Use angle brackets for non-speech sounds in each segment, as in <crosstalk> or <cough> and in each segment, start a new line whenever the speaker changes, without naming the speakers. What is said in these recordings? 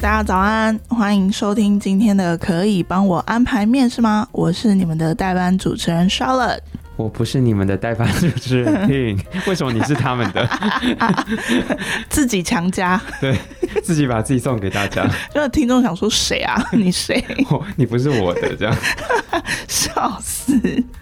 大家早安，欢迎收听今天的《可以帮我安排面试吗》？我是你们的代班主持人 Charlotte。
我不是你们的代班主持 <laughs> 人 Ting，为什么你是他们 <laughs> 的？
自己强加，
对自己把自己送给大家，
因为听众想说谁啊？ <laughs> 你谁？
我你不是我的这样，
笑死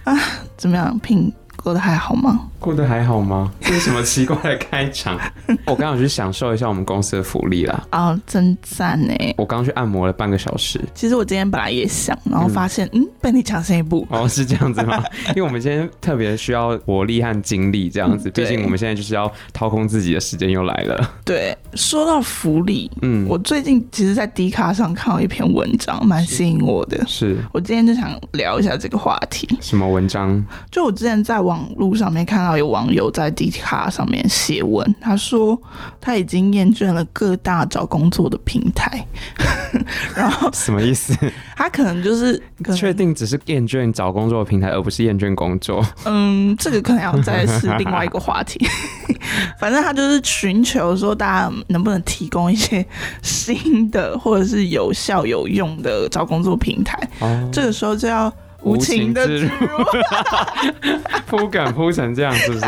啊！怎么样，拼过得还好吗？
过得还好吗？这是什么奇怪的开 <laughs> 场？我刚好去享受一下我们公司的福利啦。
啊，真赞呢！
我刚去按摩了半个小时，
其实我今天本来也想，然后发现，嗯，被你抢先一步。
哦，是这样子 <laughs> 吗？因为我们今天特别需要活力和精力，这样子，
嗯对
毕竟我们现在就是要掏空自己的时间又来了。
对，说到福利，
嗯，
我最近其实，在 D 卡上看到一篇文章，蛮吸引我的。
是
我今天就想聊一下这个话题。
什么文章？
就我之前在网络上面看到有网友在 D 卡上面写文，他说他已经厌倦了各大找工作的平台， <laughs> 然后
什么意 <laughs> 思？
他可能就是可
确
能
定只是厌倦找工作的平台，而不是厌倦工作？
嗯，这个可能要再是另外一个话题。 <laughs> 反正他就是寻求说，大家能不能提供一些新的或者是有效有用的找工作平台。
哦，
这个时候就要无情的
无情之
植
入
入，
铺梗铺成这样，是不是？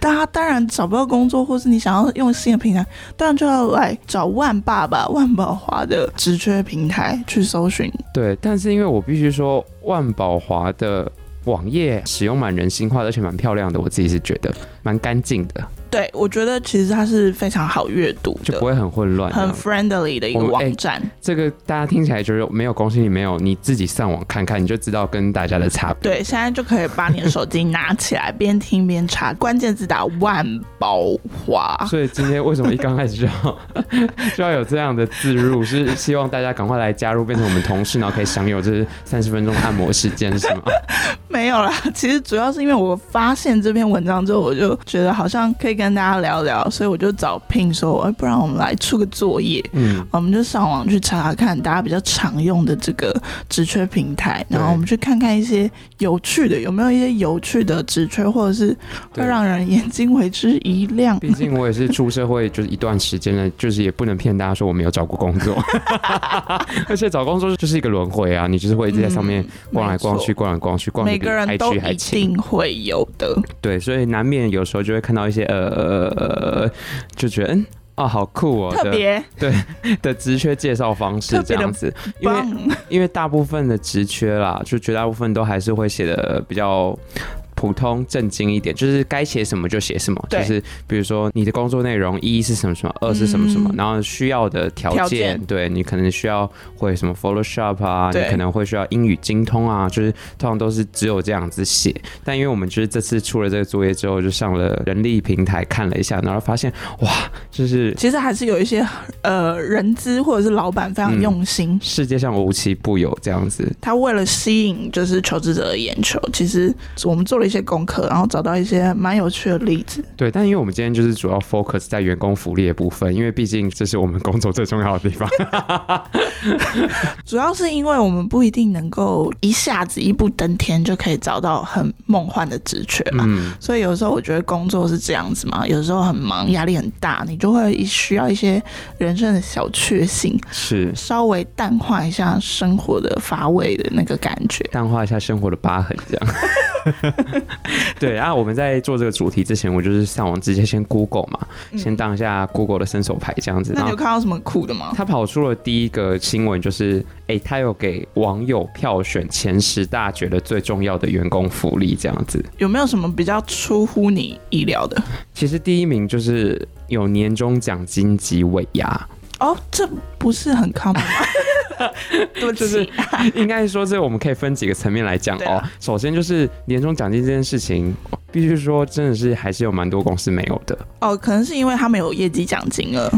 大家当然找不到工作，或是你想要用新的平台，当然就要来找万爸爸、万宝华的职缺平台去搜寻。
<laughs> 对，但是因为我必须说，万宝华的网页使用蛮人性化的，而且蛮漂亮的，我自己是觉得蛮干净的，
对我觉得其实它是非常好阅读
就
的
不。会很混乱这
很
样。
friendly 的一个
我们哎
网站，
这个大家听起来就是没有公信力，没有，你自己上网看看，你就知道跟大家的差别。
对，现在就可以把你的手机拿起来，边听边查，关键字打万宝华，
所以今天为什么一刚开始就要就要有这样的自入？是希望大家赶快来加入，变成我们同事，然后可以享有这三十分钟的按摩时间，是吗？
没有啦。 <laughs> 其实主要是因为我发现这篇文章之后，我就觉得好像可以跟大家聊聊，所以我就找 Pin 说，哎，不然我们来出个作业，
嗯，
我们就上网去查查看大家比较常用的这个职缺平台，
对
然后我们去看看一些有趣的，有没有一些有趣的职缺，或者是会
对
让人 <laughs> 眼睛为之一亮。
毕竟我也是出社会就是一段时间了，就是也不能骗大家说我没有找过工
<laughs>
作，而且找工作就是一个轮回啊，你就是会一直在上面
嗯
逛来逛去，，逛来逛去，逛的
没错每
比
个人都
IG 还
一
勤。
定会有的。
对，所以难免有时候就会看到一些呃呃呃，呃就觉得嗯哦好酷哦
特
的
别
的职缺介绍方式
特别
这
的
样子，因为
棒，
因为大部分的职缺啦，就绝大部分都还是会写的比较。普通正经一点，就是该写什么就写什么，就
对
是比如说你的工作内容一是什么什么，二是什么什么，
嗯
然后需要的条
条
件，
件
对你可能需要会什么 Photoshop 啊，你
对
可能会需要英语精通啊，就是通常都是只有这样子写。但因为我们就是这次出了这个作业之后，就上了人力平台看了一下，然后发现哇，就是
其实还是有一些呃人资或者是老板非常
嗯
用心，
世界上无奇不有这样子，
他为了吸引就是求职者的眼球，其实我们做了一些功课，然后找到一些蛮有趣的例子。
对，但因为我们今天就是主要 focus 在员工福利的部分，因为毕竟这是我们工作最重要的地方。
主要是因为我们不一定能够一下子一步登天就可以找到很梦幻的职缺嘛。
<laughs> 嗯，
所以有时候我觉得工作是这样子嘛，有时候很忙，压力很大，你就会需要一些人生的小确幸，
是
稍微淡化一下生活的乏味的那个感觉。
淡化一下生活的疤痕，这样。
<laughs>
对，然、后我们在做这个主题之前，我就是上网直接先 Google 嘛，先当一下 Google 的伸手牌这样子。
嗯那
然
你有
后
看到什么酷的吗？
他跑出了第一个新闻，就是哎、他有给网友票选前十大觉得最重要的员工福利这样子。
有没有什么比较出乎你意料的？
其实第一名就是有年终奖金及尾牙。
哦，这不是很 common
<laughs>
吗？对不起，
就是应该说，这个我们可以分几个层面来讲
对
哦
啊。
首先就是年终奖金这件事情，必须说真的是还是有蛮多公司没有的。
哦，可能是因为他们有业绩奖金了。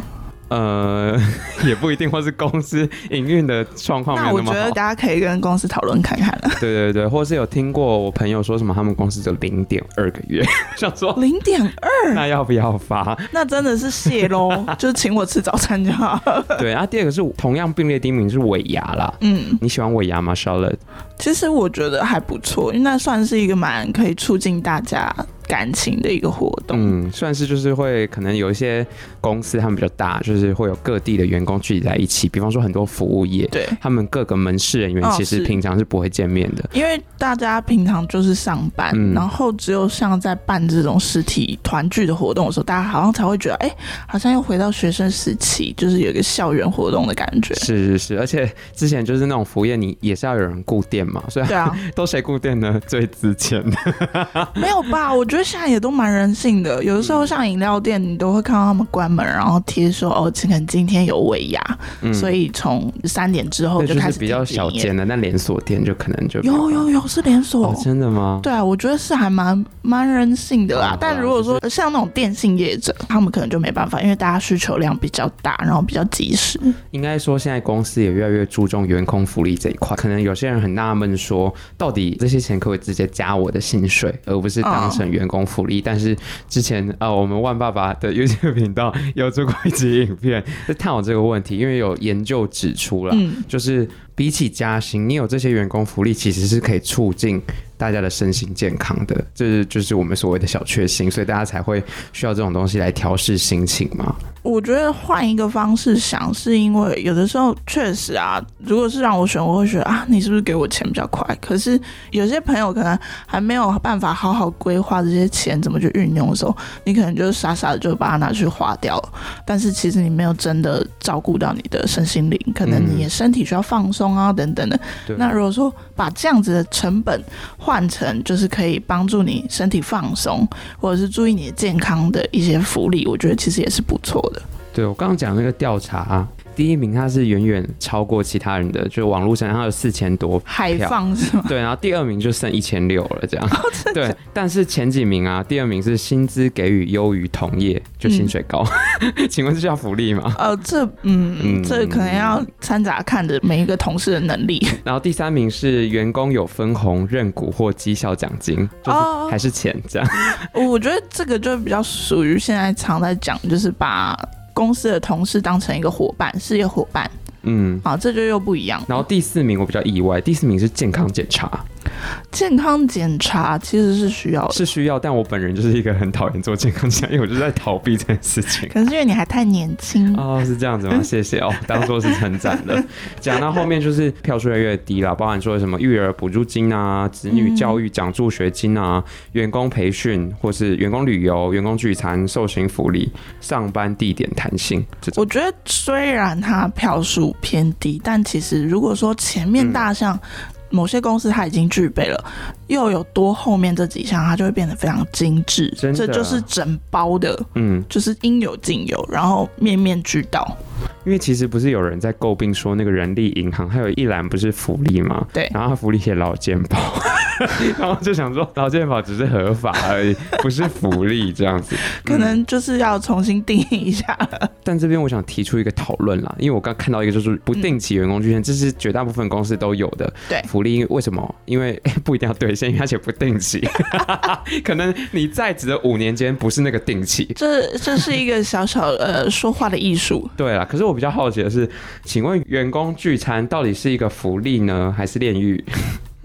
呃， <laughs> 也不一定，或是公司营运的状况哦没
那
有
我
那么
觉得
好。
大家可以跟公司讨论看看了。
对对对，或是有听过我朋友说什么，他们公司只有零点二个月， <laughs> 想说
零点二，
那要不要发？
<laughs> 那真的是谢 <laughs> 喽，就请我吃早餐就好。
对，然后第二个是同样并列第一名是尾牙啦。
嗯，
你喜欢尾牙吗，Charlotte？
其实我觉得还不错，因为那算是一个蛮可以促进大家。感情的一个活动。
嗯，算是就是会可能有一些公司他们比较大，就是会有各地的员工聚集在一起，比方说很多服务业，
对，
他们各个门市人员
哦
其实
是
平常是不会见面的。
因为大家平常就是上班，
嗯
然后只有像在办这种实体团聚的活动的时候，大家好像才会觉得，哎、好像又回到学生时期，就是有一个校园活动的感
<laughs>
觉。
是是是，而且之前就是那种服务业，你也是要有人顾店嘛，所以
对啊，
都谁顾店呢？最值钱的。
<laughs> 没有吧？我觉得现在也都蛮人性的。有的时
嗯
候像饮料店，你都会看到他们关门，然后贴说哦，可能今天有尾牙，
嗯
所以从三点之后
那就
开
是
始
比较
停
小
营业。
间的，那连锁店就可能就比较
有有有是连锁，
哦，真的吗？
对啊，我觉得是还蛮蛮人性的啦。
哦
但如果说像那种电信业者，他们可能就没办法，因为大家需求量比较大，然后比较及时。
应该说，现在公司也越来越注重员工福利这一块。可能有些人很纳闷说，到底这些钱可不可以直接加我的薪水，而不是当成员工福利？但是之前啊、我们万爸爸的 YouTube 频道有做过一集影片，在探讨这个问题，因为有研究指出了，
嗯，
就是比起加薪，你有这些员工福利，其实是可以促进大家的身心健康的。这、是就是我们所谓的小确幸，所以大家才会需要这种东西来调试心情嘛。
我觉得换一个方式想，是因为有的时候确实啊，如果是让我选，我会觉得啊，你是不是给我钱比较快？可是有些朋友可能还没有办法好好规划这些钱怎么去运用的时候，你可能就傻傻的就把它拿去花掉了。但是其实你没有真的照顾到你的身心灵，可能你
嗯
也身体需要放松啊，等等的。
对
那如果说把这样子的成本换成就是可以帮助你身体放松，或者是注意你的健康的一些福利，我觉得其实也是不错的。
对我刚刚讲那个调查、第一名他是远远超过其他人的，就是网络上他有四千多。
海放是吗？
对，然后第二名就剩一千六了， <laughs> 这样。对，但是前几名啊，第二名是薪资给予优于同业，就薪水高。 <laughs> 请问这叫福利吗？
呃，这嗯，
嗯
这可能要掺杂看着每一个同事的能力。
然后第三名是员工有分红、认股或绩效奖金，就是
哦
还是钱这样。
我觉得这个就比较属于现在常在讲，就是把公司的同事当成一个伙伴，事业伙伴
嗯，
啊，这就又不一样。
然后第四名我比较意外，第四名是健康检查，
哦健康检查其实是需要的，
是需要，但我本人就是一个很讨厌做健康检查，因为我就在逃避这件
<laughs>
事情。
可能是因为你还太年轻。
哦，是这样子吗？谢谢哦，当做是称赞
<laughs>
了。讲到后面就是票数越来越低啦，包含说什么育儿补助金啊、子女教育奖助学金啊、员工培训或是员工旅游、员工聚餐、受刑福利、上班地点弹性这种。
我觉得虽然它票数偏低，但其实如果说前面
嗯
大项、某些公司它已经具备了，又有多后面这几项，它就会变得非常精致。
真的
这就是整包的，
嗯，
就是应有尽有，然后面面俱到。
因为其实不是有人在诟病说那个人力银行还有一栏不是福利吗？
对
然后他福利写劳健保， <laughs> 然后就想说劳健保只是合法而已， <laughs> 不是福利这样子。
可能就是要重新定义一下，
但这边我想提出一个讨论啦，因为我刚看到一个就是不定期员工巨献，这是绝大部分公司都有的
对
福利。为什么？因为、 <laughs> 不一定要兑现，因为它写不定期， <laughs> 可能你在职的五年间不是那个定期。
<laughs> 这这是一个小小呃说话的艺术。
对啦，可是我比较好奇的是，请问员工聚餐到底是一个福利呢，还是炼狱？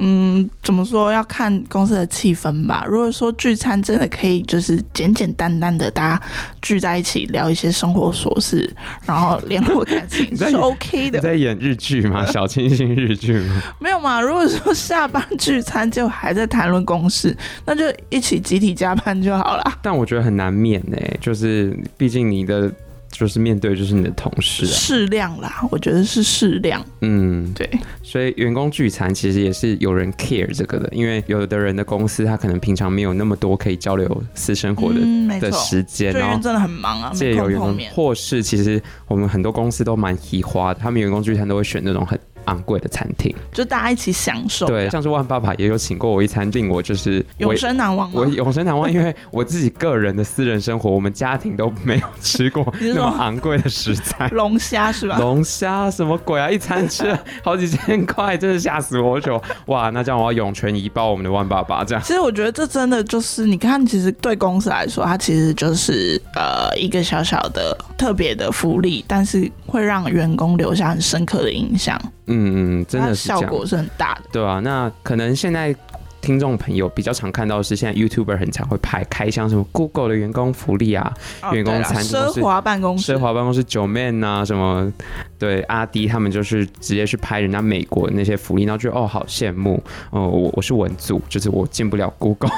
嗯，怎么说要看公司的气氛吧。如果说聚餐真的可以，就是简简单单的大家聚在一起聊一些生活琐事，然后联络感情
在
是 OK
<laughs> 你
的，
在演日剧 <laughs> 吗？小清新日剧吗？
没有嘛？如果说下班聚餐就还在谈论公事，那就一起集体加班就好啦。
但我觉得很难免呢、就是毕竟你的就是面对就是你的同事啊，
适量啦，我觉得是适量。
嗯，
对，
所以员工聚餐其实也是有人 care 这个的，因为有的人的公司他可能平常没有那么多可以交流私生活的、
嗯、没
的
错，
时间，
就因
然
为
后。
真的很忙啊，
借
没
由
空
员
碰
工
面。
或是其实我们很多公司都蛮喜花的，他们员工聚餐都会选那种很昂贵的餐厅。
就大家一起享受，
对，像是万爸爸也有请过我一餐，令我就是我
永生难忘嘛
<laughs> 我。永生难忘，因为我自己个人的私人生活，我们家庭都没有吃过
<laughs> 你是
那
说
么昂贵的食材。
龙虾 <laughs> 是吧？
龙虾什么鬼啊！一餐吃
<laughs>
了好几千块，真是吓死我！我就觉得哇，那这样我要涌泉以报我们的万爸爸这样。
其实我觉得这真的就是，你看，其实对公司来说，它其实就是呃一个小小的特别的福利，但是会让员工留下很深刻的印象，
嗯，嗯，真
它
的是这
效
样，
果是很大的。
对啊，那可能现在。听众朋友比较常看到的是，现在 YouTuber 很常会拍开箱什么 Google 的员工福利啊，
哦
员工
对啦
餐都是
奢华办公室
奢，华办公室九 man 啊，什么对阿迪他们就是直接去拍人家美国那些福利，然后觉得哦好羡慕哦，我我是文组，就是我进不了 Google，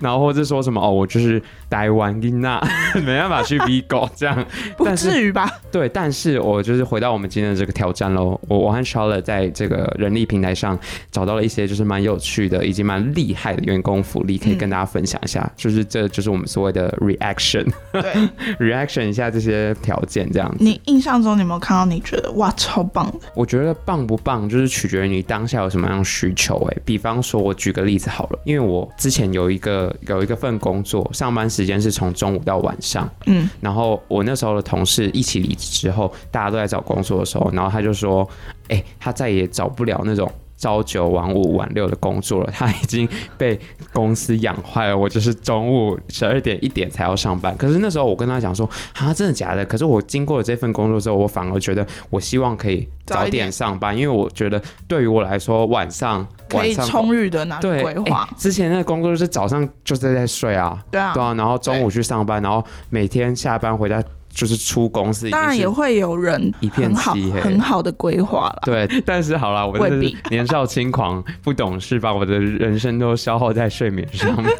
然 <laughs> 后或者说什么哦我就是台湾囡娜， <laughs> 没办法去 Vigo 这样，
不
但是
至于
<laughs>
吧？
对，但是我就是回到我们今天的这个挑战喽。我我和 Charlotte 在这个人力平台上找到了一些就是蛮有趣的，以及蛮厉害的员工福利，可以
嗯
跟大家分享一下。就是这就是我们所谓的 reaction，
对
<laughs> reaction 一下这些条件这样子。
你印象中你有没有看到你觉得哇超棒的？
我觉得棒不棒，就是取决于你当下有什么样的需求、欸。哎，比方说，我举个例子好了，因为我之前有一个有一个份工作，上班时间是从中午到晚上，
嗯，
然后我那时候的同事一起离职之后，大家都在找工作的时候，然后他就说，哎、他再也找不了那种。朝九晚五晚六的工作了，他已经被公司养坏了。我就是中午十二点一点才要上班，可是那时候我跟他讲说，啊，真的假的？可是我经过了这份工作之后，我反而觉得我希望可以
早
早
一
点
点
上班，因为我觉得对于我来说，晚上
可
晚
以啊
上
充裕的拿去
对、
规
欸
划，
之前那个工作就是早上就是在睡啊，
对啊
对。啊，然后中午去上班，然后每天下班回家就是出公司，
当然也。会有人
一片
很好
漆黑
很好的规划啦。
对，但是好啦，我
未
真的是
必
年少轻狂、不懂事，把我的人生都消耗在睡眠上
<laughs>
面。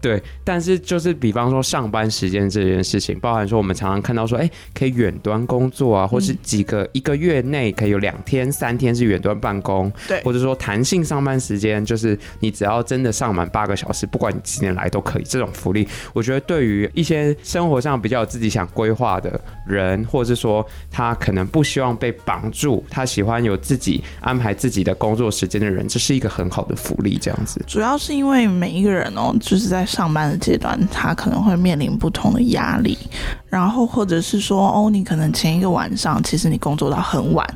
对，但是就是比方说上班时间这件事情，包含说我们常常看到说，哎、可以远端工作
嗯
啊，或是几个、一个月内可以有两天、三天是远端办公，
对
或者说弹性上班时间，就是你只要真的上满八个小时，不管你几点来都可以。这种福利，我觉得对于一些生活上比较有自己想规划的人，或者是说他可能不希望被绑住，他喜欢有自己安排自己的工作时间的人，这是一个很好的福利。这样子，
主要是因为每一个人哦，就是在上班的阶段，他可能会面临不同的压力，然后或者是说，哦，你可能前一个晚上其实你工作到很晚，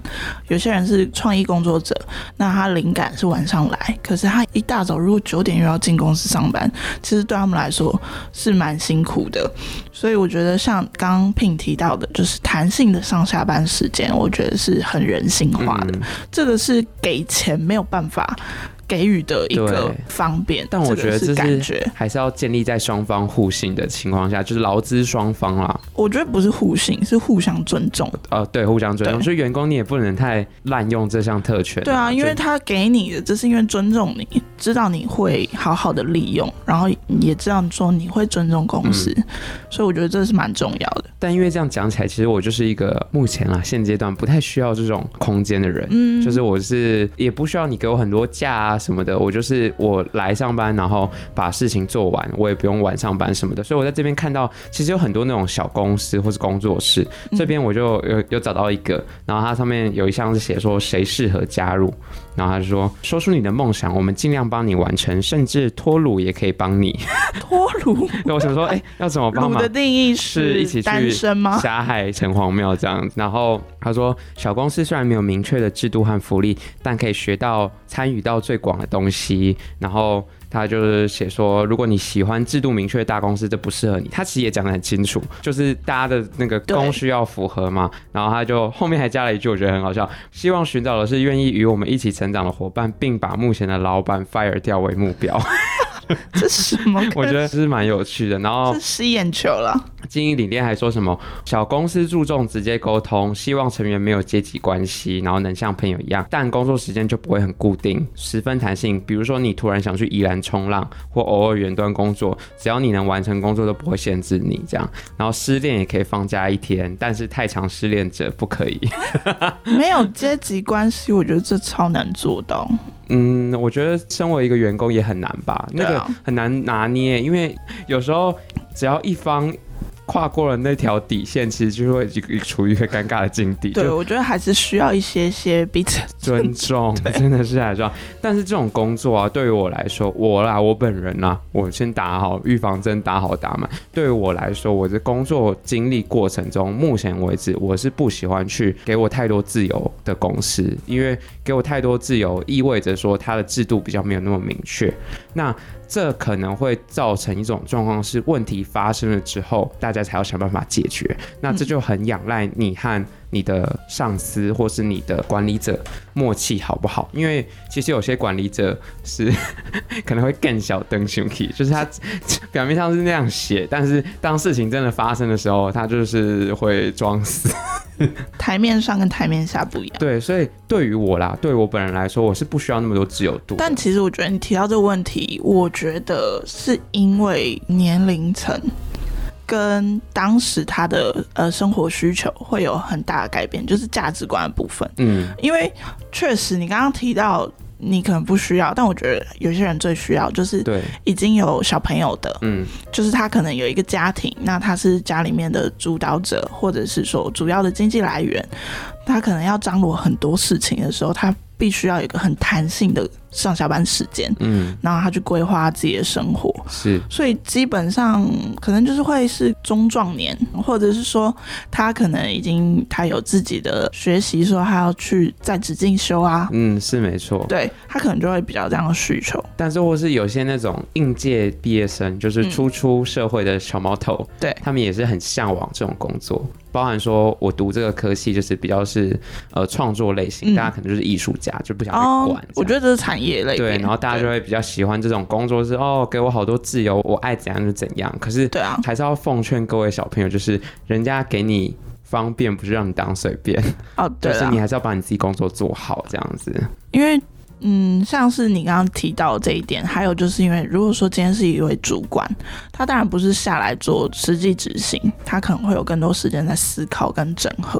有些人是创意工作者，那他灵感是晚上来，可是他一大早如果九点又要进公司上班，其实对他们来说是蛮辛苦的。所以我觉得像刚刚 Pin 提到的，就是弹性的上下班时间，我觉得是很人性化的。
嗯
这个是给钱没有办法给予的一个
对
方便，
但我觉得
这个
这
是感
是
觉，
还是要建立在双方互信的情况下，就是劳资双方啦，
我觉得不是互信，是互相尊重。
呃，对，互相尊重。
对
所以员工你也不能太滥用这项特权。
对啊，因为
就
他给你的，这是因为尊重你，知道你会好好的利用，然后也知道说你会尊重公司，
嗯
所以我觉得这是蛮重要的。
但因为这样讲起来，其实我就是一个目前啊现阶段不太需要这种空间的人。
嗯，
就是我是也不需要你给我很多假啊什么的，我就是我来上班，然后把事情做完，我也不用晚上班什么的。所以我在这边看到，其实有很多那种小公司或是工作室，
嗯
这边我就有有找到一个，然后它上面有一项是写说谁适合加入，然后他就说说出你的梦想，我们尽量帮你完成，甚至脱乳也可以帮你。 <laughs>
脱乳，
那我想说，哎、要怎么帮
乳
忙
的？定义
是一起去
单身吗？
霞海城隍庙这样。然后他说，小公司虽然没有明确的制度和福利，但可以学到参与到最广的东西。然后他就是写说，如果你喜欢制度明确的大公司，这不适合你。他其实也讲得很清楚，就是大家的那个
对
供需要符合嘛。然后他就后面还加了一句，我觉得很好笑，希望寻找的是愿意与我们一起成长的伙伴，并把目前的老板 fire 掉为目标。？
<laughs> 这是什么
<laughs> 我觉得哦是蛮有趣的。然后
这吸眼球了，
经营理念还说什么小公司注重直接沟通，希望成员没有阶级关系，然后能像朋友一样，但工作时间就不会很固定，十分弹性。比如说你突然想去宜兰冲浪，或偶尔远端工作，只要你能完成工作都不会限制你这样。然后失恋也可以放假一天，但是太长失恋者不可以。
没有阶级关系，我觉得这超难做到。
<laughs> 嗯，我觉得身为一个员工也很难吧，那
对啊
个很难拿捏，因为有时候只要一方。跨过了那条底线，其实就会一个处于一个尴尬的境地，
对，
<laughs> 就
我觉得还是需要一些些彼此
<laughs> 尊重，真的是还是要。但是这种工作啊，对于我来说，我啦，我本人啦，我先打好预防针，打好打满。对于我来说，我的工作经历过程中，目前为止，我是不喜欢去给我太多自由的公司，因为给我太多自由，意味着说它的制度比较没有那么明确。那这可能会造成一种状况是，问题发生了之后，大家才要想办法解决。那这就很仰赖你和你的上司或是你的管理者默契好不好？因为其实有些管理者是 <laughs> 可能会更小灯熊 key，就是他 <laughs> 表面上是那样写，但是当事情真的发生的时候，他就是会装死。 <laughs>
台面上跟台面下不一样。
对，所以对于我啦，对我本人来说，我是不需要那么多自由度的。
但其实我觉得你提到这个问题，我觉得是因为年龄层跟当时他的呃生活需求会有很大的改变，就是价值观的部分。
嗯，
因为确实你刚刚提到你可能不需要，但我觉得有些人最需要，就是
对，
已经有小朋友的，
嗯
就是他可能有一个家庭，那他是家里面的主导者，或者是说主要的经济来源，他可能要张罗很多事情的时候，他必须要有一个很弹性的上下班时间，
嗯，
然后他去规划自己的生活。
是，
所以基本上可能就是会是中壮年，或者是说他可能已经他有自己的学习，说他要去在职进修啊，
嗯是没错。
对他可能就会比较这样的需求。
但是或是有些那种应届毕业生，就是初出社会的小毛头，
嗯对
他们也是很向往这种工作。包含说我读这个科系，就是比较是呃创作类型，
嗯
大家可能就是艺术家，就不想去管这样。
哦我觉得这是产业类别，
对，然后大家就会比较喜欢这种工作是，哦，给我好多自由，我爱怎样就怎样。可是
对对啊，
还是要奉劝各位小朋友，就是人家给你方便，不是让你当随便，
哦
就
<laughs> 对
是
啊
你，还是要把你自己工作做好，这样子。
因为嗯，像是你刚刚提到这一点，还有就是因为如果说今天是一位主管，他当然不是下来做实际执行，他可能会有更多时间在思考跟整合，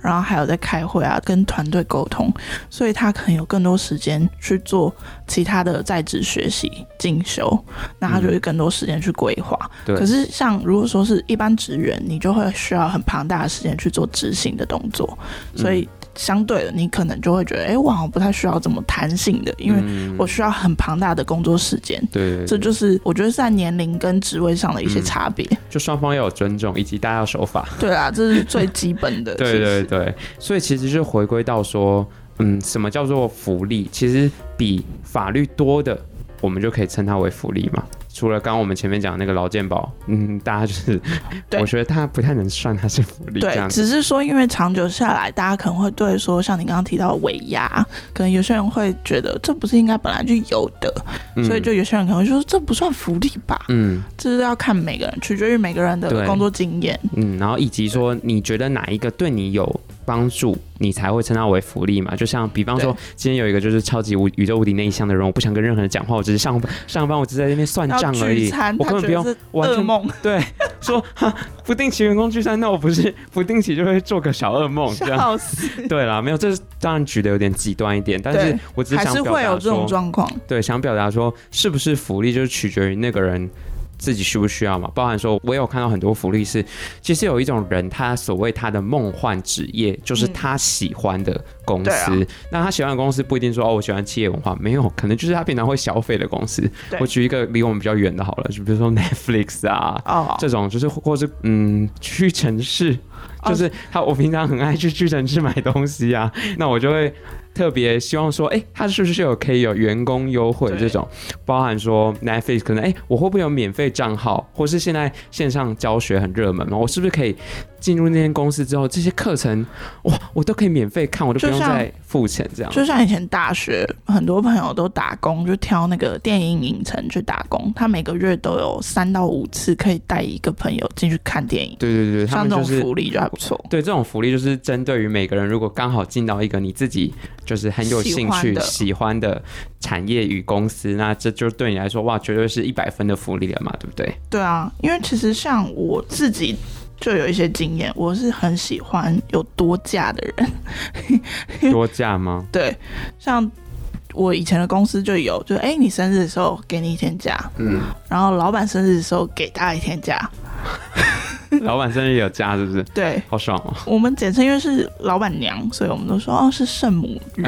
然后还有在开会啊，跟团队沟通，所以他可能有更多时间去做其他的在职学习进修，那他就会更多时间去规划。
对，
可是像如果说是一般职员，你就会需要很庞大的时间去做执行的动作，所以相对的，你可能就会觉得，哎、我好像不太需要这么弹性的，因为
嗯
我需要很庞大的工作时间。
对对
这
对，
就是我觉得是在年龄跟职位上的一些
嗯
差别。 <laughs>
就双方要有尊重，以及大家要守法。
对啦，这是最基本 <laughs> 的。
对
其
对
实，
对，所以其实是回归到说，嗯，什么叫做福利？其实比法律多的，我们就可以称它为福利嘛。除了刚刚我们前面讲的那个劳健
<laughs>
保，嗯，大家就是，
对
我觉得它不太能算它是福利这样
对，
子。
只是说因为长久下来，大家可能会对说，像你刚刚提到的尾牙，可能有些人会觉得这不是应该本来就有的，嗯所以就有些人可能会说这不算福利吧。
嗯嗯。嗯
这是要看每个人，取决于每个人的
对
工作经验。
嗯，然后以及说你觉得哪一个对你有帮助，你才会称它为福利嘛？就像比方说
对，
今天有一个就是超级无宇宙无敌内向的人，我不想跟任何人讲话，我只是上上班，我只是在那边算
然后
账而
聚
已
餐，，
我
他
根本不
觉
用
得是
完
噩
全
梦，
<laughs> 对说哈不定期员工聚餐，那我不是不定期就会做个小噩梦这样。
笑死，
对啦，没有，这是当然举的有点极端一点，但是
对
我只是
还
想
是
表
会有
达
这种
说，
状况。
对，想表达说，是不是福利就是取决于那个人自己需不需要嘛？包含说，我有看到很多福利是，其实有一种人，他所谓他的梦幻职业就是
嗯
他喜欢的公司，
对啊
那他喜欢的公司不一定说哦，我喜欢企业文化，没有，可能就是他平常会消费的公司
对。
我举一个离我们比较远的好了，就比如说 <laughs> Netflix 啊，
哦，
这种就是或是嗯屈臣氏，
哦
就是他我平常很爱去屈臣氏买东西啊，那我就会特别希望说，哎、他是不是有可以有员工优惠
对
这种，包含说 Netflix 可能哎、我会不会有免费账号，或是现在线上教学很热门嘛，我是不是可以进入那间公司之后，这些课程哇我都可以免费看，我都不
就
用
像
再付钱这样。
就像以前大学，很多朋友都打工，就挑那个电影影城去打工。他每个月都有三到五次可以带一个朋友进去看电影，
对对对，他
像
们
这
就
种
是
福利就还不错。
对，这种福利就是针对于每个人，如果刚好进到一个你自己就是很有兴
喜欢
趣、
的
喜欢的产业与公司，那这就对你来说，哇，绝对是一百分的福利了嘛，对不对？
<laughs> 对啊，因为其实像我自己就有一些经验，我是很喜欢有多假的人。 <laughs>
多价吗？
对，像我以前的公司就有，就哎、诶你生日的时候给你一天假，
嗯，
然后老板生日的时候给他一天假。
老板生日也有加，是不是？
对
好爽哦！
我们简称因为是老板娘，所以我们都说哦是圣母日，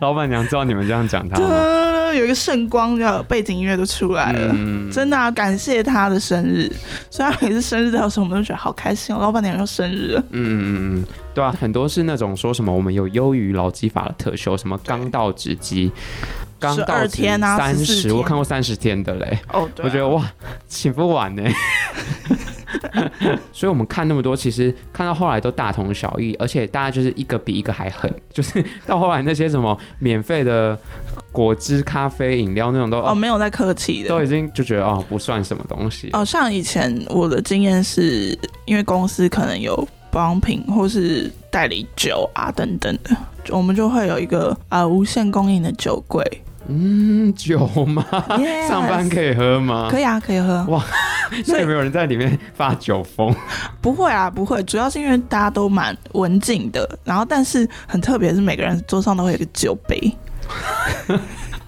老板娘知道你们这样讲他
啊
吗？
噔有一个圣光的背景音乐都出来了。
啊嗯，
真的啊，感谢他的生日。虽然每次生日的时候，我们都觉得好开心哦，老板娘又生日了。
嗯嗯嗯嗯，对啊，很多是那种说什么我们有优于劳基法的特休，什么刚到职基。刚
12
到
天啊
三
14
十，
天
我看过三十天的嘞。
哦，对啊、
我觉得哇，请不
<laughs>
完呢。所以我们看那么多，其实看到后来都大同小异，而且大家就是一个比一个还狠， <laughs> 就是到后来那些什么免费的果汁、咖啡、饮料那种都、
哦，没有在客气的
都。已经就觉得哦不算什么东西。
哦，像以前我的经验是，因为公司可能有保养品或是代理酒啊等等的，我们就会有一个啊、呃无限供应的酒柜。
嗯，酒吗
Yes
<laughs> 上班可以喝吗？
可以啊，可以喝。
哇
啊所
那
以
有没有人在里面发酒疯？
不会啊，不会，主要是因为大家都蛮文静的，然后但是很特别，是每个人桌上都会有一个酒杯，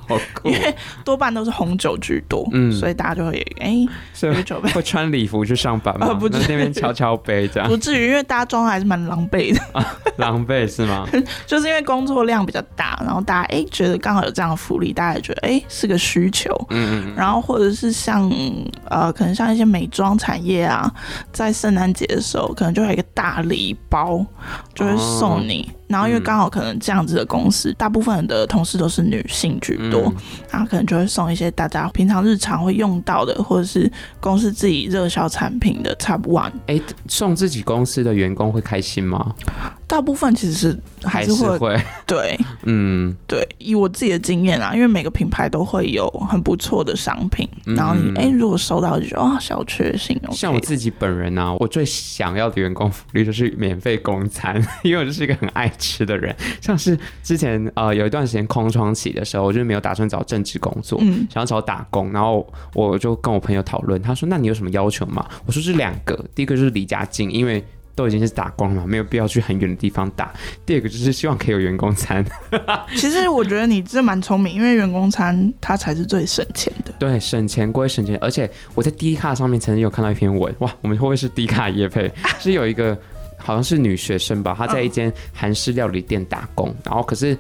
好
<laughs>
酷
因！为多半都是红酒居多，
哦嗯
所以大家就会哎、
所
有
以 <laughs>
酒杯，
会穿礼服去上
<laughs>
班吗？
啊不
那
至于
那边敲敲杯这样
<laughs> 不至于，因为大家装得还是蛮狼狈的， <laughs>
狼狈是吗？
就是因为工作量比较大，然后大家哎、觉得刚好有这样的福利，大家也觉得哎、是个需求，
嗯嗯嗯。
然后或者是像呃，可能像一些美妆产业啊，在圣诞节的时候，可能就会有一个大礼包，就会
哦
送你。然后因为
嗯
刚好可能这样子的公司，大部分的同事都是女性居多，
嗯
然后可能就会送一些大家平常日常会用到的，或者是公司自己热销产品的 Top One。
哎、送自己公司的员工会开心吗？
大部分其实是还是
是
会
会？
对
嗯，
对，以我自己的经验啊，因为每个品牌都会有很不错的商品，
嗯
然后你哎、如果收到就觉得啊、小确幸哦，
像我自己本人啊，我最想要的员工福利就是免费供餐， <laughs> 因为我就是一个很爱吃的人。像是之前呃有一段时间空窗期的时候，我就没有打算找正职工作，
嗯
想要找打工，然后我就跟我朋友讨论，他说：“那你有什么要求吗？”我说：“是两个，第一个就是离家近，因为都已经是打工了嘛，没有必要去很远的地方打；第二个就是希望可以有员工餐，
其实我觉得你这蛮聪明，因为员工餐它才是最省钱的。
对，省钱归省钱，而且我在 D 卡上面曾经有看到一篇文，哇，我们会不会是 D 卡业
<laughs>
配？是有一个好像是女学生吧，她在一间韩式料理店打
嗯
工，然后可是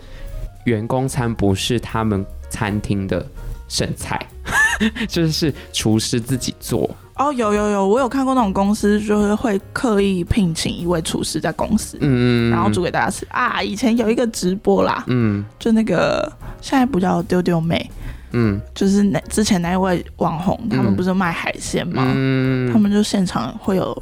员工餐不是他们餐厅的剩菜， <laughs> 就是是厨师自己做，
哦，有有有，我有看过那种公司，就是会刻意聘请一位厨师在公司，
嗯，
然后煮给大家吃啊。以前有一个直播啦，
嗯
就那个现在不叫丢丢妹，
嗯
就是那之前那一位网红，他们
嗯
不是卖海鲜吗？他
嗯，
们就现场会有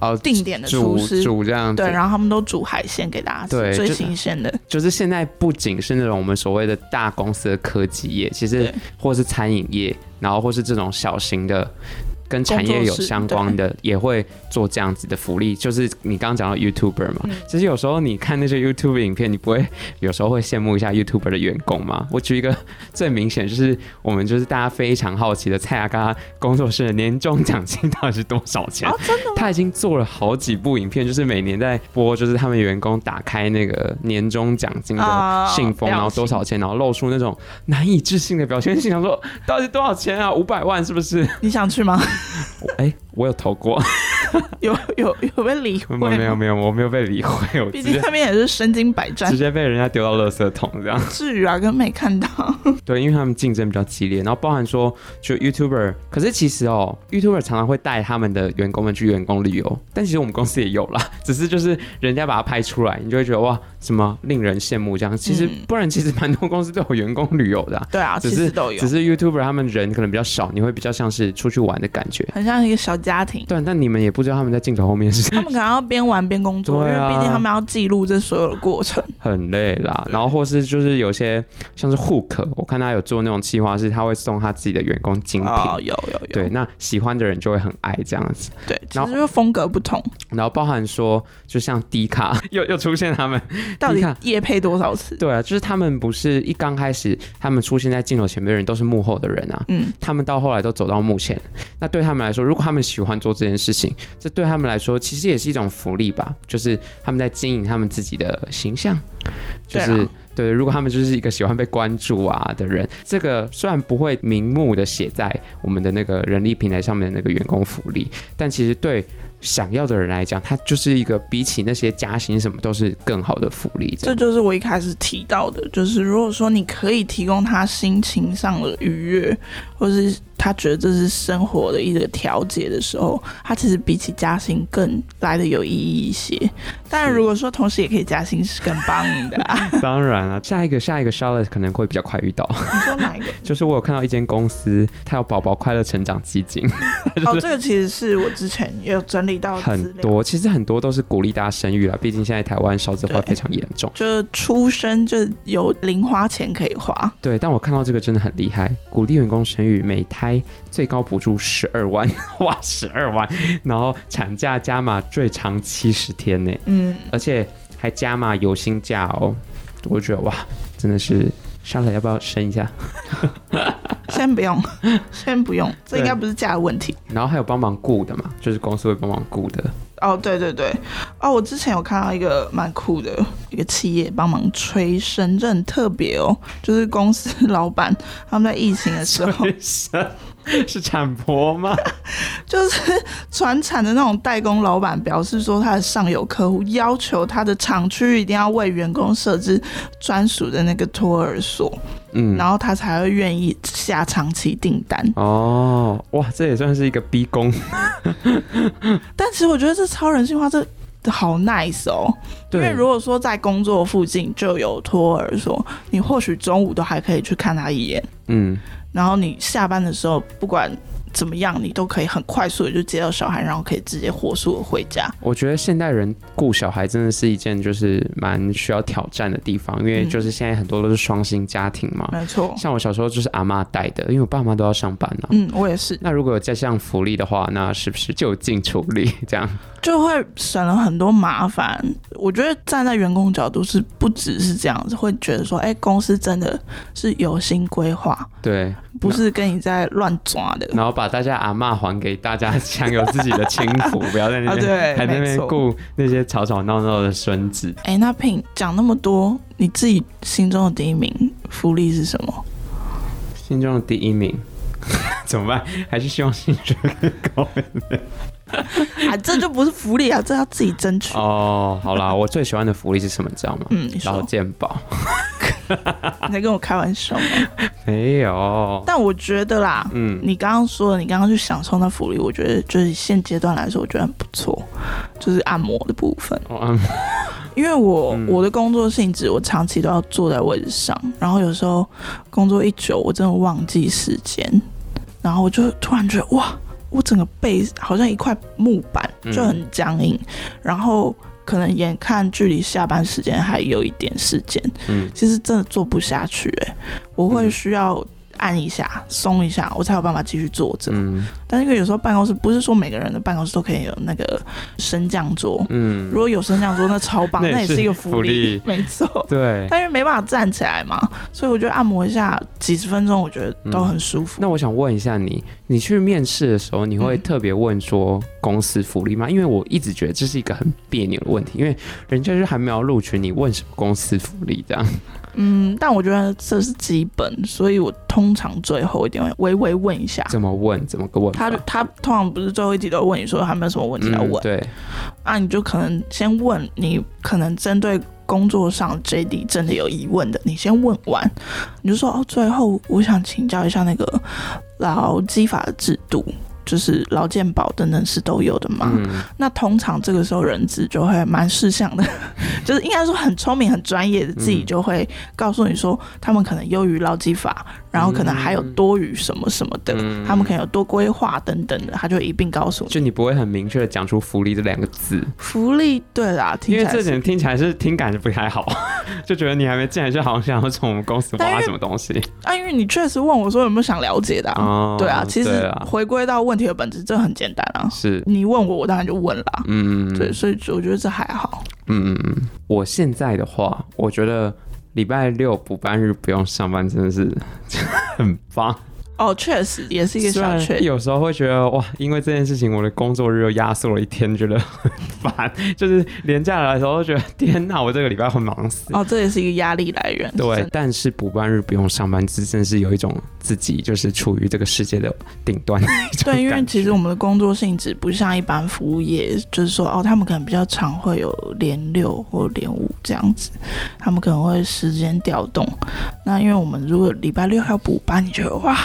哦，
定点的厨
煮
师，
煮这样子
对，，然后他们都煮海鲜给大家
对
吃，最
就
新鲜的。
就是现在不仅是那种我们所谓的大公司的科技业，其实
对
或是餐饮业，然后或是这种小型的跟产业有相关的，也会做这样子的福利。就是你刚刚讲到 YouTuber 嘛，其实有时候你看那些 YouTube 影片，你不会有时候会羡慕一下 YouTuber 的员工吗？我举一个最明显，就是我们就是大家非常好奇的蔡阿嘎工作室的年终奖金到底是多少钱？
哦，真的吗？
他已经做了好几部影片，就是每年在播，就是他们员工打开那个年终奖金的信封，
啊
然后多少钱，然后露出那种难以置信的表情，心想说到底多少钱啊？五百万是不是？ <laughs>
你想去吗？ <laughs>
我哎、我有投过，
有有有被理会
没有没有
吗？
没有，我没有被理会，我
毕
直
竟
接
那边也是身经百战
直，接被人家丢到垃圾桶这样。
至于啊，跟没看到。
对，因为他们竞争比较激烈，然后包含说，就 YouTuber，可是其实哦，YouTuber 常常会带他们的员工们去员工旅游，但其实我们公司也有啦， <laughs> 只是就是人家把它拍出来，你就会觉得哇，什么令人羡慕这样。其实、
嗯
不然，其实蛮多公司都有员工旅游的啊、
<laughs> 对啊，
只
其
是
实都有
<laughs> 只，是 YouTuber 他们人可能比较少，你会比较像是出去玩的感觉。
很像一个小家庭。
对，啊但你们也不知道他们在镜头后面
<laughs>
是
他们可能要边玩边工作，因
对
为
啊
毕竟他们要记录这所有的过程。
很累啦，然后或是就是有些像是 Hook，我看他有做那种企划，是他会送他自己的员工精品。
哦，有有有，
对，那喜欢的人就会很爱这样子，
对，其
然
实就
后
是风格不同，
然后包含说，就像迪卡 <laughs> 又又出现他们，
到底
看
夜配多少次？
对啊，就是他们不是一刚开始他们出现在镜头前面的人都是幕后的人啊，
嗯，
他们到后来都走到幕前，那对他们来说，如果他们喜欢做这件事情，这对他们来说其实也是一种福利吧，就是他们在经营他们自己的形象，就
对
是
啦。
对，如果他们就是一个喜欢被关注啊的人，这个虽然不会明目的写在我们的那个人力平台上面的那个员工福利，但其实对想要的人来讲，它就是一个比起那些加薪什么都是更好的福利。
这
这样
就是我一开始提到的，就是如果说你可以提供他心情上的愉悦，或是他觉得这是生活的一个调节的时候，他其实比起加薪更来的有意义一些。但如果说同时也可以加薪，是更棒的啊！
当然了、下一个下一个 Charlotte 可能会比较快遇到，
你说哪一个？
就是我有看到一间公司，它有宝宝快乐成长基金，
哦，这个其实是我哦之前也有整理到
<laughs>
的资
很
料，
多其实很多都是鼓励大家生育了，毕竟现在台湾少子化
对
非常严重。
就是出生就有零花钱可以花，
对，但我看到这个真的很厉害，鼓励员工生育，每胎最高补助十二万， <laughs> 哇，十二万，然后产假加码最长七十天呢，
嗯，
而且还加码有薪假哦，我觉得哇，真的是。上来要不要生一下？
先不用，先不用，这应该不是价的问题。
然后还有帮忙雇的嘛，就是公司会帮忙雇的。
哦，对对对，哦，我之前有看到一个蛮酷的一个企业帮忙催生，这很特别哦，就是公司 <laughs> 老板他们在疫情的时候，
<laughs> 是产
<laughs>
婆吗？
就是传产的那种代工老板表示说，他的上游客户要求他的厂区一定要为员工设置专属的那个托儿所，
嗯，
然后他才会愿意下长期订单。
哦，哇，这也算是一个逼宫。
但其实我觉得这超人性化，这好 nice 哦。因为
对，
如果说在工作附近就有托儿所，你或许中午都还可以去看他一眼，
嗯，
然后你下班的时候不管怎么样，你都可以很快速的就接到小孩，然后可以直接火速的回家。
我觉得现代人顾小孩真的是一件就是蛮需要挑战的地方，因为
嗯
就是现在很多都是双薪家庭嘛。
没错，
像我小时候就是阿妈带的，因为我爸妈都要上班啊。
嗯，我也是，
那如果有加上福利的话，那是不是就近处理这样？
就会省了很多麻烦。我觉得站在员工角度是不只是这样子，会觉得说，哎、公司真的是有心规划，
对，
不是跟你在乱抓的。
然后把大家阿妈还给大家，享有自己的清
<laughs>
福，不要在那
啊，
边、
对，
还在那
没
边
错。
顾那些吵吵闹闹的孙子。
哎、那 Pin 讲那么多，你自己心中的第一名福利是什么？
心中的第一名。 <laughs> 怎么办？还是希望薪水更高一点
<laughs> 啊，这就不是福利啊，这要自己争取。
哦。好啦，我最喜欢的福利是什么？你知道吗？
嗯，你
劳
说
健保
你在跟我开玩笑吗？
没有。
但我觉得啦，
嗯，
你刚刚说的，你刚刚去享受那福利，我觉得就是现阶段来说，我觉得很不错，就是按摩的部分。
哦，嗯
因为我、
嗯
我的工作性质，我长期都要坐在位置上，然后有时候工作一久，我真的忘记时间，然后我就突然觉得哇，我整个背好像一块木板
嗯
就很僵硬，然后可能眼看距离下班时间还有一点时间，
嗯
其实真的做不下去、欸，我会
嗯
需要。按一下，松一下，我才有办法继续坐着。
嗯
但是因为有时候办公室不是说每个人的办公室都可以有那个升降桌，
嗯
如，果有升降桌，那超棒，
那也
那也
是
是一个
福
福
利
利， <laughs> 没错。
对。
但是没办法站起来嘛，所以我觉得按摩一下几十分钟，我觉得都很舒服。
嗯那我想问一下你，你去面试的时候，你会
嗯
特别问说公司福利吗？因为我一直觉得这是一个很别扭的问题，因为人家就是还没有录取你，问什么公司福利这样？
嗯，但我觉得这是基本，所以我通常最后一定会微微问一下。
怎么问？怎么个问法？
他他通常不是最后一题都会问你说有没有什么问题要
嗯
问，
对，
啊，你就可能先问你可能针对工作上 JD 真的有疑问的，你先问完，你就说哦，最后我想请教一下那个劳基法的制度，就是劳健保等等是都有的嘛？
嗯，
那通常这个时候人质就会蛮识相的， <laughs> 就是应该说很聪明、很专业的，自
嗯
己就会告诉你说，他们可能优于劳基法，然后可能还有多于什么什么的，
嗯
他们可能有多规划等等的，他就会一并告诉你。
就你不会很明确的讲出福利这两个字，
福利对啦，听
因
起
为
来
这
是
点听起来是听感不太好， <laughs> 就觉得你还没进来就好像想要从我们公司
但因
挖
为
什么东西
啊，因为你确实问我说有没有想了解的、啊，
哦
对啊，其
对
实
啊
回归到问题的本质，这很简单啊。
是，
你问我，我当然就问啦。
嗯，
对，所以我觉得这还好。
嗯嗯嗯。我现在的话，我觉得礼拜六补班日不用上班，真的是 <laughs> 很棒。
哦，确实也是一个
虽
小
然
缺点。
有时候会觉得哇，因为这件事情，我的工作日又压缩了一天，觉得很烦。就是连假来的时候，觉得天哪，我这个礼拜会忙死。 <laughs>
哦，这也是一个压力来源。
对，但是补班日不用上班，这真的是有一种自己就是处于这个世界的顶端。
<laughs> 对，因为其实我们的工作性质不像一般服务业，就是说哦，他们可能比较常会有连六或连五这样子，他们可能会时间调动。那因为我们如果礼拜六还要补班，你觉得哇，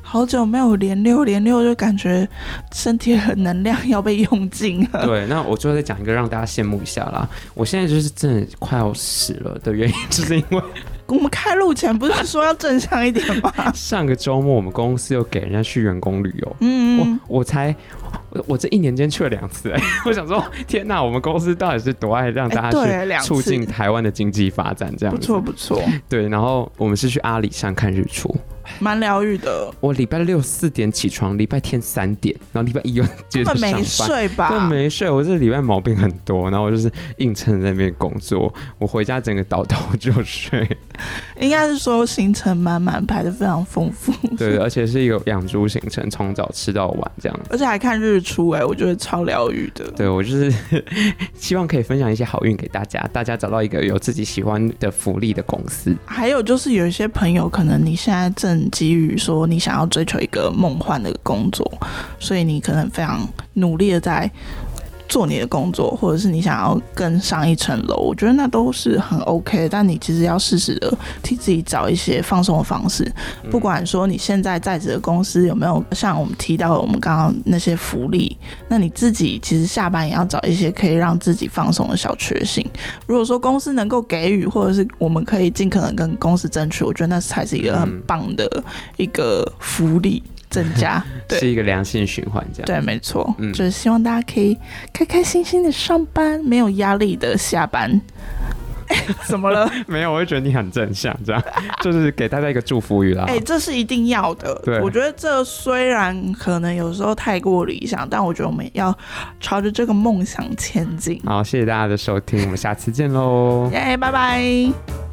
好久没有连六连六，就感觉身体的能量要被用尽了。
对，那我最后再讲一个让大家羡慕一下啦。我现在就是真的快要死了的原因，就是因为
我们开录前不是说要正向一点吗？
上个周末我们公司又给人家去员工旅游，
嗯，
我我才我我这一年间去了两次、哎， <laughs> 我想说，天哪，我们公司到底是多爱让大
哎对
家
两
去
次
促进台湾的经济发展这
嗯
样
不
子。
错不错， <laughs>
对，然后我们是去阿里山看日出。
蛮疗愈的。哦
我礼拜六四点起床，礼拜天三点，然后礼拜一又接
根
着
本
上
没
班。
睡
但
吧？
没睡，我这礼拜毛病很多，然后我就是硬撑在那边工作。我回家整个倒头就
<laughs>
睡，
应该是说行程满满，排的非常丰富，
对，而且是一个养猪行程，从早吃到晚这样。
而且还看日出、哎，我觉得超疗愈的。
对我就是希望可以分享一些好运给大家，大家找到一个有自己喜欢的福利的公司。
还有就是有一些朋友，可能你现在正基于说你想要追求一个梦幻的工作，所以你可能非常努力的在做你的工作，或者是你想要更上一层楼，我觉得那都是很 OK 的。但你其实要适时的替自己找一些放松的方式，不管说你现在在职的公司有没有像我们提到的我们刚刚那些福利，那你自己其实下班也要找一些可以让自己放松的小确幸。如果说公司能够给予，或者是我们可以尽可能跟公司争取，我觉得那才是一个很棒的一个福利增加。对
是一个良性循环这样。
对，没错，
嗯
就是希望大家可以开开心心的上班，没有压力的下班。 <laughs> 怎么了？
没有，我会觉得你很正向，这样就是给大家一个祝福语啦。
<laughs> 哎、这是一定要的。
对
我觉得这虽然可能有时候太过理想，但我觉得我们要朝着这个梦想前进。
好，谢谢大家的收听，我们下次见喽。
耶，拜拜。